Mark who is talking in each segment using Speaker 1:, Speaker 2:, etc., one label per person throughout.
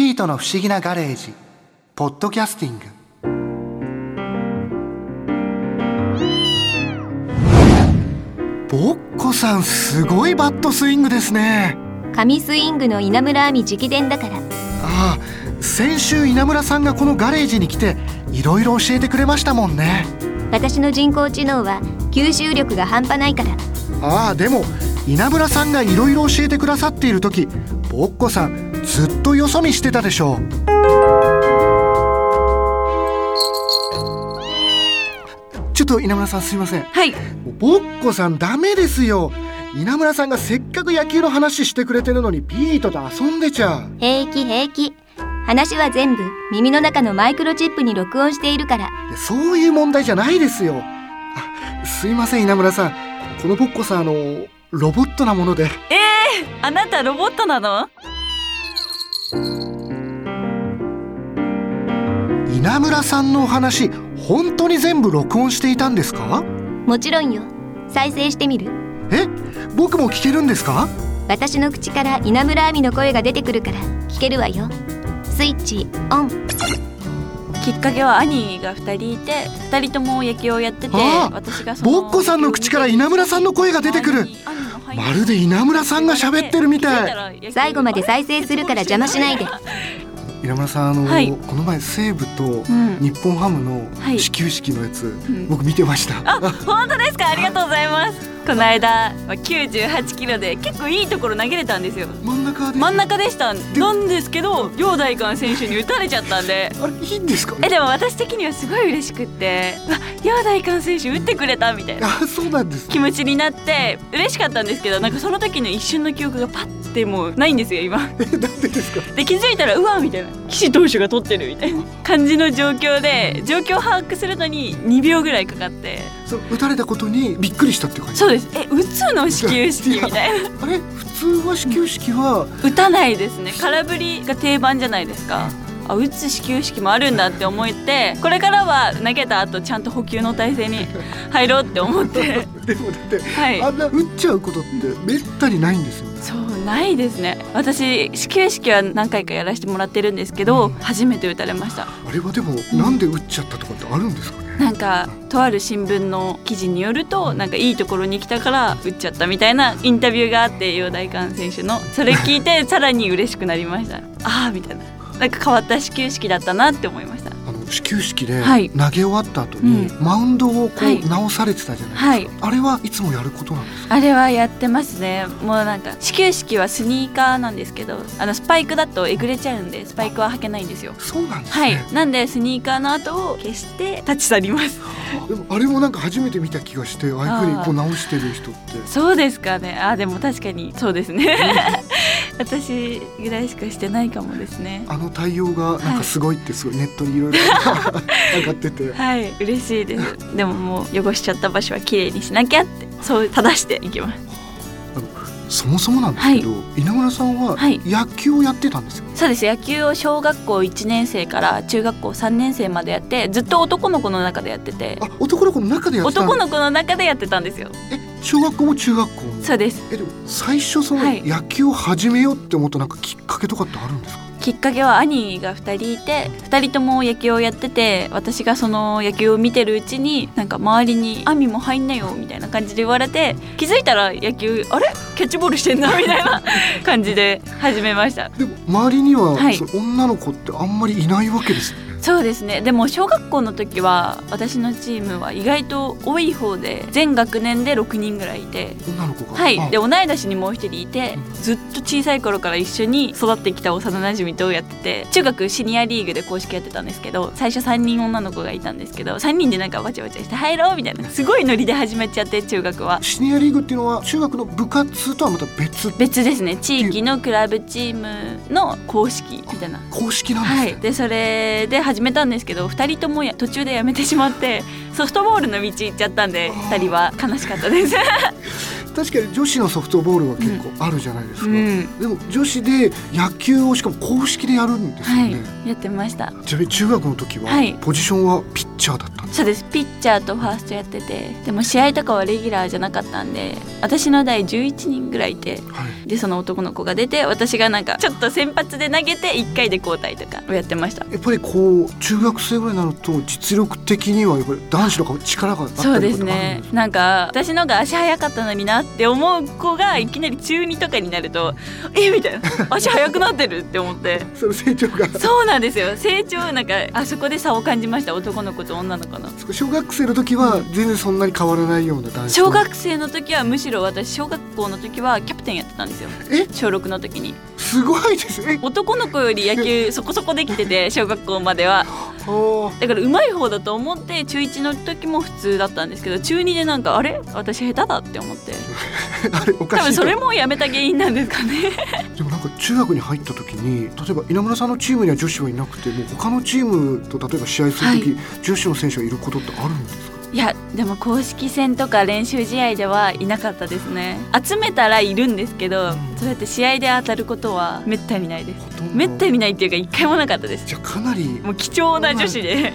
Speaker 1: ートの不思議なガレージ」「ポッドキャスティング」ボッコさんすごいバットスイングですね
Speaker 2: 神スイングの稲村亜美直伝だから
Speaker 1: ああ先週稲村さんがこのガレージに来ていろいろ教えてくれましたもんね
Speaker 2: 私の人工知能は吸収力が半端ないから
Speaker 1: ああでも稲村さんがいろいろ教えてくださっている時ぼっこさんずっとよそ見してたでしょうちょっと稲村さんすいません
Speaker 3: はい
Speaker 1: ぼっこさんダメですよ稲村さんがせっかく野球の話してくれてるのにピートと遊んでちゃう
Speaker 2: 平気平気話は全部耳の中のマイクロチップに録音しているから
Speaker 1: いやそういう問題じゃないですよあすいません稲村さんこのぼっこさんあのロボットなもので
Speaker 3: あなたロボットなの
Speaker 1: 稲村さんのお話本当に全部録音していたんですか
Speaker 2: もちろんよ再生してみる
Speaker 1: え僕も聞けるんですか
Speaker 2: 私の口から稲村亜美の声が出てくるから聞けるわよスイッチオン
Speaker 3: きっかけは兄が2人いて2人とも野球をやってて
Speaker 1: ああ
Speaker 3: 私がその
Speaker 1: ぼっこさんの口から稲村さんの声が出てくるまるで稲村さんが喋ってるみたい
Speaker 3: い
Speaker 2: 最後まで再生するから邪魔しないで
Speaker 1: 稲村さんあの、
Speaker 3: はい
Speaker 1: この前西武と
Speaker 3: うん
Speaker 1: 日本ハムの
Speaker 3: はい
Speaker 1: 始球式のやつ、
Speaker 3: ん
Speaker 1: 僕見てましたあ
Speaker 3: 本当ですかありがとうございますこの間まあ98キロで結構いいところ投げれたんですよ
Speaker 1: 真ん中で
Speaker 3: 真ん中でしたなんですけど両大官選手に打たれちゃったんで
Speaker 1: あれいいんですか
Speaker 3: えでも私的にはすごい嬉しくってうわ両大官選手打ってくれたみたいな
Speaker 1: あそうなんです
Speaker 3: 気持ちになって嬉しかったんですけどなんかその時の一瞬の記憶がパッてもうないんですよ今
Speaker 1: えなんでですか
Speaker 3: で気づいたらうわみたいな岸投手が取ってるみたいな感じの状況で状況を把握するのに2秒ぐらいかかって
Speaker 1: その打たれたことにびっくりしたって感じ
Speaker 3: そうですえ打つの始球式みたい な
Speaker 1: あれ普通は始球式は、
Speaker 3: 打たないですね空振りが定番じゃないですかあ打つ始球式もあるんだって思ってこれからは投げた後ちゃんと補給の体勢に入ろうって思って
Speaker 1: でもだって、
Speaker 3: はい
Speaker 1: あんな打っちゃうことってめったにないんですよ
Speaker 3: そうないですね私始球式は何回かやらせてもらってるんですけど初めて打たれました
Speaker 1: あれはでも、なんで打っちゃったとかってあるんですかね
Speaker 3: なんかとある新聞の記事によるとなんかいいところに来たから打っちゃったみたいなインタビューがあって陽大館選手のそれ聞い てさらに嬉しくなりましたああみたいななんか変わった始球式だったなって思いました
Speaker 1: あの始球式で
Speaker 3: はい
Speaker 1: 投げ終わった後に、
Speaker 3: う
Speaker 1: マウンドをこう、
Speaker 3: はい
Speaker 1: 直されてたじゃない、
Speaker 3: はい
Speaker 1: あれはいつもやることなんですか
Speaker 3: あれはやってますねもうなんか始球式はスニーカーなんですけどあのスパイクだとえぐれちゃうんでスパイクは履けないんですよ
Speaker 1: そうなんです
Speaker 3: は
Speaker 1: ね、
Speaker 3: いなんでスニーカーの後を消して立ち去 ります
Speaker 1: でもあれもなんか初めて見た気がしてああいうふうにこう直してる人って
Speaker 3: そうですかねあでも確かにそうですね 私ぐらいしかしてないかもですね
Speaker 1: あの対応がなんかすごいってすごい、ネットにいろいろ 上がってて
Speaker 3: はい嬉しいですでももう汚しちゃった場所は綺麗にしなきゃってそう正していきます
Speaker 1: そもそもなんですけど、稲村さんは
Speaker 3: はい
Speaker 1: 野球をやってたんですよ、
Speaker 3: そうです野球を小学校1年生から中学校3年生までやってずっと男の子の中でやってて
Speaker 1: あ男の子の中でやってたん
Speaker 3: 男の子の中でやってたんですよ
Speaker 1: え小学校も中学校も
Speaker 3: そうです
Speaker 1: えでも最初その
Speaker 3: はい
Speaker 1: 野球を始めようって思ったなんかきっかけとかってあるんですか、
Speaker 3: きっかけは兄が2人いて2人とも野球をやってて私がその野球を見てるうちになんか周りに「亜美も入んなよ」みたいな感じで言われて気づいたら野球あれキャッチボールしてん なみたいな感じで始めました
Speaker 1: でも周りには、
Speaker 3: はい
Speaker 1: その女の子ってあんまりいないわけですよね
Speaker 3: そうですねでも小学校の時は私のチームは意外と多い方で全学年で6人ぐらいいて。
Speaker 1: 女の子が
Speaker 3: はい、で
Speaker 1: も
Speaker 3: 同い年にもう一人いてずっと小さい頃から一緒に育ってきた幼なじみとやってて中学シニアリーグで公式やってたんですけど最初3人女の子がいたんですけど3人でなんかわちゃわちゃして入ろうみたいなすごいノリで始めちゃって中学は
Speaker 1: シニアリーグっていうのは中学の部活とはまた別
Speaker 3: 別ですね地域のクラブチームの公式みたいな
Speaker 1: 公式なんです
Speaker 3: は
Speaker 1: ね、
Speaker 3: い、でそれで始めたんですけど2人ともや途中でやめてしまってソフトボールの道行っちゃったんで2人は悲しかったです
Speaker 1: 確かに女子のソフトボールは結構あるじゃないですか、
Speaker 3: うん
Speaker 1: でも女子で野球をしかも公式でやるんですよ
Speaker 3: は
Speaker 1: ね、
Speaker 3: いやってました
Speaker 1: ちなみに中学の時は
Speaker 3: はい
Speaker 1: ポジションはピッチャーだったんです
Speaker 3: そうですピッチャーとファーストやっててでも試合とかはレギュラーじゃなかったんで私の代11人ぐらいいて
Speaker 1: はい
Speaker 3: でその男の子が出て私がなんかちょっと先発で投げて1回で交代とかをやってました
Speaker 1: やっぱりこう中学生ぐらいになると実力的にはやっぱり男子とか力があったりとか
Speaker 3: そ
Speaker 1: あ
Speaker 3: う
Speaker 1: るん
Speaker 3: で
Speaker 1: です
Speaker 3: す
Speaker 1: か
Speaker 3: ねなんか私のが足速かったのになって思う子がいきなり中2とかになると「えみたいな「足速くなってる」って思って
Speaker 1: その成長が
Speaker 3: そうなんですよ成長なんかあそこで差を感じました男の子と女の子の
Speaker 1: 小学生の時は全然そんなに変わらないような男子と
Speaker 3: 小学生の時はむしろ私小学校の時はキャプテンやってたんですよ
Speaker 1: え
Speaker 3: 小6の時に
Speaker 1: すごいですね
Speaker 3: 男の子より野球そこそこできてて小学校までは
Speaker 1: おー
Speaker 3: だから上手い方だと思って中1の時も普通だったんですけど中2でなんかあれ私下手だって思って
Speaker 1: あれおか
Speaker 3: 多
Speaker 1: し
Speaker 3: 分
Speaker 1: い
Speaker 3: そ
Speaker 1: と
Speaker 3: れもやめた原因なんですかね
Speaker 1: でもなんか中学に入った時に例えば稲村さんのチームには女子はいなくてもう他のチームと例えば試合する時、女子の選手がいることってあるんですか
Speaker 3: いやでも公式戦とか練習試合ではいなかったですね集めたらいるんですけどそうやって試合で当たることはめったにないです
Speaker 1: ほとんど
Speaker 3: めったにないっていうか一回もなかったです
Speaker 1: じゃあかなり
Speaker 3: もう貴重な女子で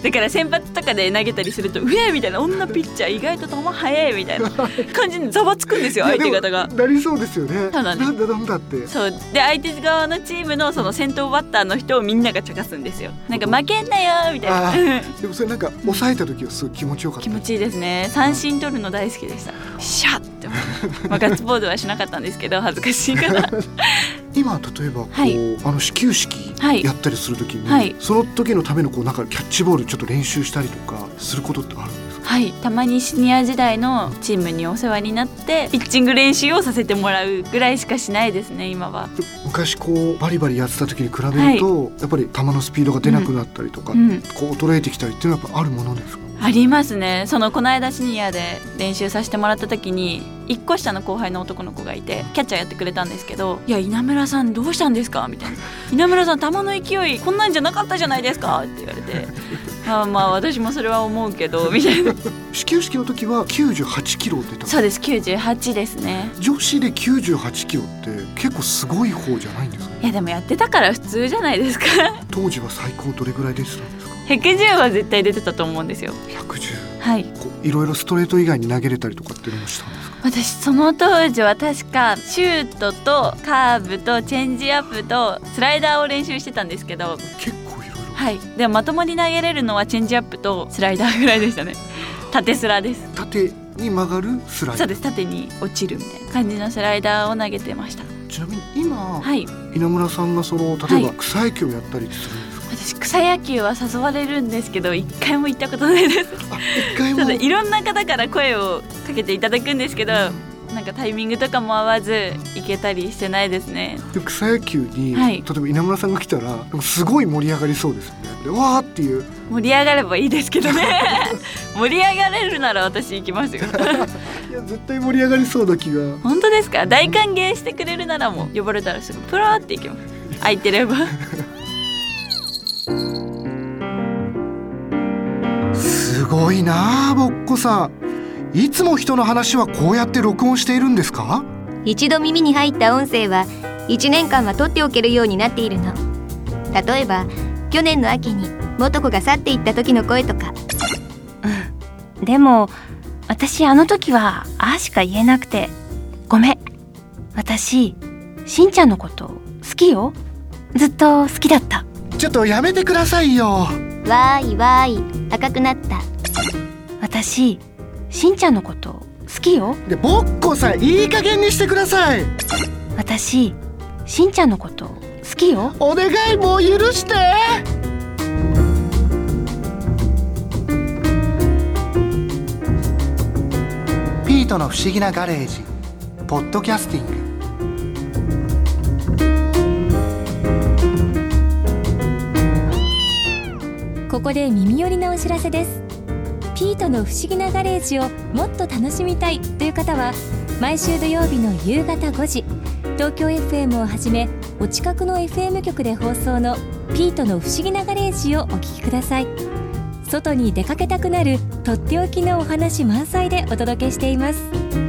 Speaker 3: だから先発とかで投げたりすると「うえ!」みたいな女ピッチャー意外と球速いみた いな感じにざわつくんですよ
Speaker 1: いや
Speaker 3: 相
Speaker 1: でも
Speaker 3: 手方が。
Speaker 1: なりそうですよね
Speaker 3: そうだね
Speaker 1: なんだなんだって
Speaker 3: そうで相手側のチームのその先頭バッターの人をみんながちゃかすんですよなんか負けんなよみた
Speaker 1: あ
Speaker 3: いな
Speaker 1: でもそれなんか抑えた時はすごい気持ちよかった
Speaker 3: 気持ちいいですね三振取るの大好きでしたシャッって思う、まあ、ガッツポーズはしなかったんですけど恥ずかしいから
Speaker 1: 今例えばこう、
Speaker 3: はい
Speaker 1: あの始球式
Speaker 3: はい
Speaker 1: やったりするときに、
Speaker 3: はい
Speaker 1: その時のためのこうなんかキャッチボールちょっと練習したりとかすることってあるんですか
Speaker 3: はいたまにシニア時代のチームにお世話になってピッチング練習をさせてもらうぐらいしかしないですね今は
Speaker 1: 昔こうバリバリやってた時に比べると、やっぱり球のスピードが出なくなったりとか、
Speaker 3: うん
Speaker 1: こう衰えてきたりっていうのはやっぱあるものですか
Speaker 3: ありますねそのこの間シニアで練習させてもらった時に1個下の後輩の男の子がいてキャッチャーやってくれたんですけど「いや稲村さんどうしたんですか?」みたいな「稲村さん球の勢いこんなんじゃなかったじゃないですか」って言われ て「あーまあ私もそれは思うけど」みたいな
Speaker 1: 始球式の時は98キロ出た
Speaker 3: そうです98ですね
Speaker 1: 女子で98キロって結構すごい方じゃないんですか
Speaker 3: いやでもやってたから普通じゃないですか
Speaker 1: 当時は最高どれぐらい出てたんですか
Speaker 3: 110は絶対出てたと思うんですよ
Speaker 1: 110
Speaker 3: はい
Speaker 1: こういろいろストレート以外に投げれたりとかっていうのもしたんですか
Speaker 3: 私その当時は確かシュートとカーブとチェンジアップとスライダーを練習してたんですけど
Speaker 1: 結構いろいろ
Speaker 3: はいでもまともに投げれるのはチェンジアップとスライダーぐらいで したね縦スラです、
Speaker 1: 縦に曲がるスライ
Speaker 3: そ
Speaker 1: ダー
Speaker 3: うです縦に落ちるみたいな感じのスライダーを投げてました
Speaker 1: ちなみに今、
Speaker 3: はい
Speaker 1: 稲村さんがその例えば
Speaker 3: は
Speaker 1: 草野球をやったりするんですか、
Speaker 3: 私草野球は誘われるんですけど一回も行ったことないです
Speaker 1: 一回
Speaker 3: そ
Speaker 1: も
Speaker 3: うですいろんな方から声をかけていただくんですけどなんかタイミングとかも合わず行けたりしてないですね
Speaker 1: でも草野球に、
Speaker 3: はい
Speaker 1: 例えば稲村さんが来たらなんかすごい盛り上がりそうですよねでわーっていう
Speaker 3: 盛り上がればいいですけど ね盛り上がれるなら私行きます よ
Speaker 1: いや絶対盛り上がりそうな気が
Speaker 3: 本当ですか大歓迎してくれるならもう呼ばれたらすぐプロって行き ます空いてれば
Speaker 1: すごいなあぼっこさんいつも人の話はこうやって録音しているんですか
Speaker 2: 一度耳に入った音声は1年間は取っておけるようになっているの例えば去年の秋に元子が去っていった時の声とか
Speaker 4: でも私あの時は「あ」しか言えなくて「ごめん私しんちゃんのこと好きよずっと好きだった
Speaker 1: ちょっとやめてくださいよ
Speaker 2: 「わーいわーい赤くなった
Speaker 4: 私しんちゃんのこと好きよ
Speaker 1: でぼっこさんいい加減にしてください
Speaker 4: 私しんちゃんのこと好きよ
Speaker 1: お願いもう許してピートの不思議なガレージポッドキャスティン
Speaker 5: ここで耳寄りなお知らせですピートの不思議なガレージをもっと楽しみたいという方は毎週土曜日の夕方5時東京 FM をはじめお近くの FM 局で放送のピートの不思議なガレージをお聞きください外に出かけたくなるとっておきのお話満載でお届けしています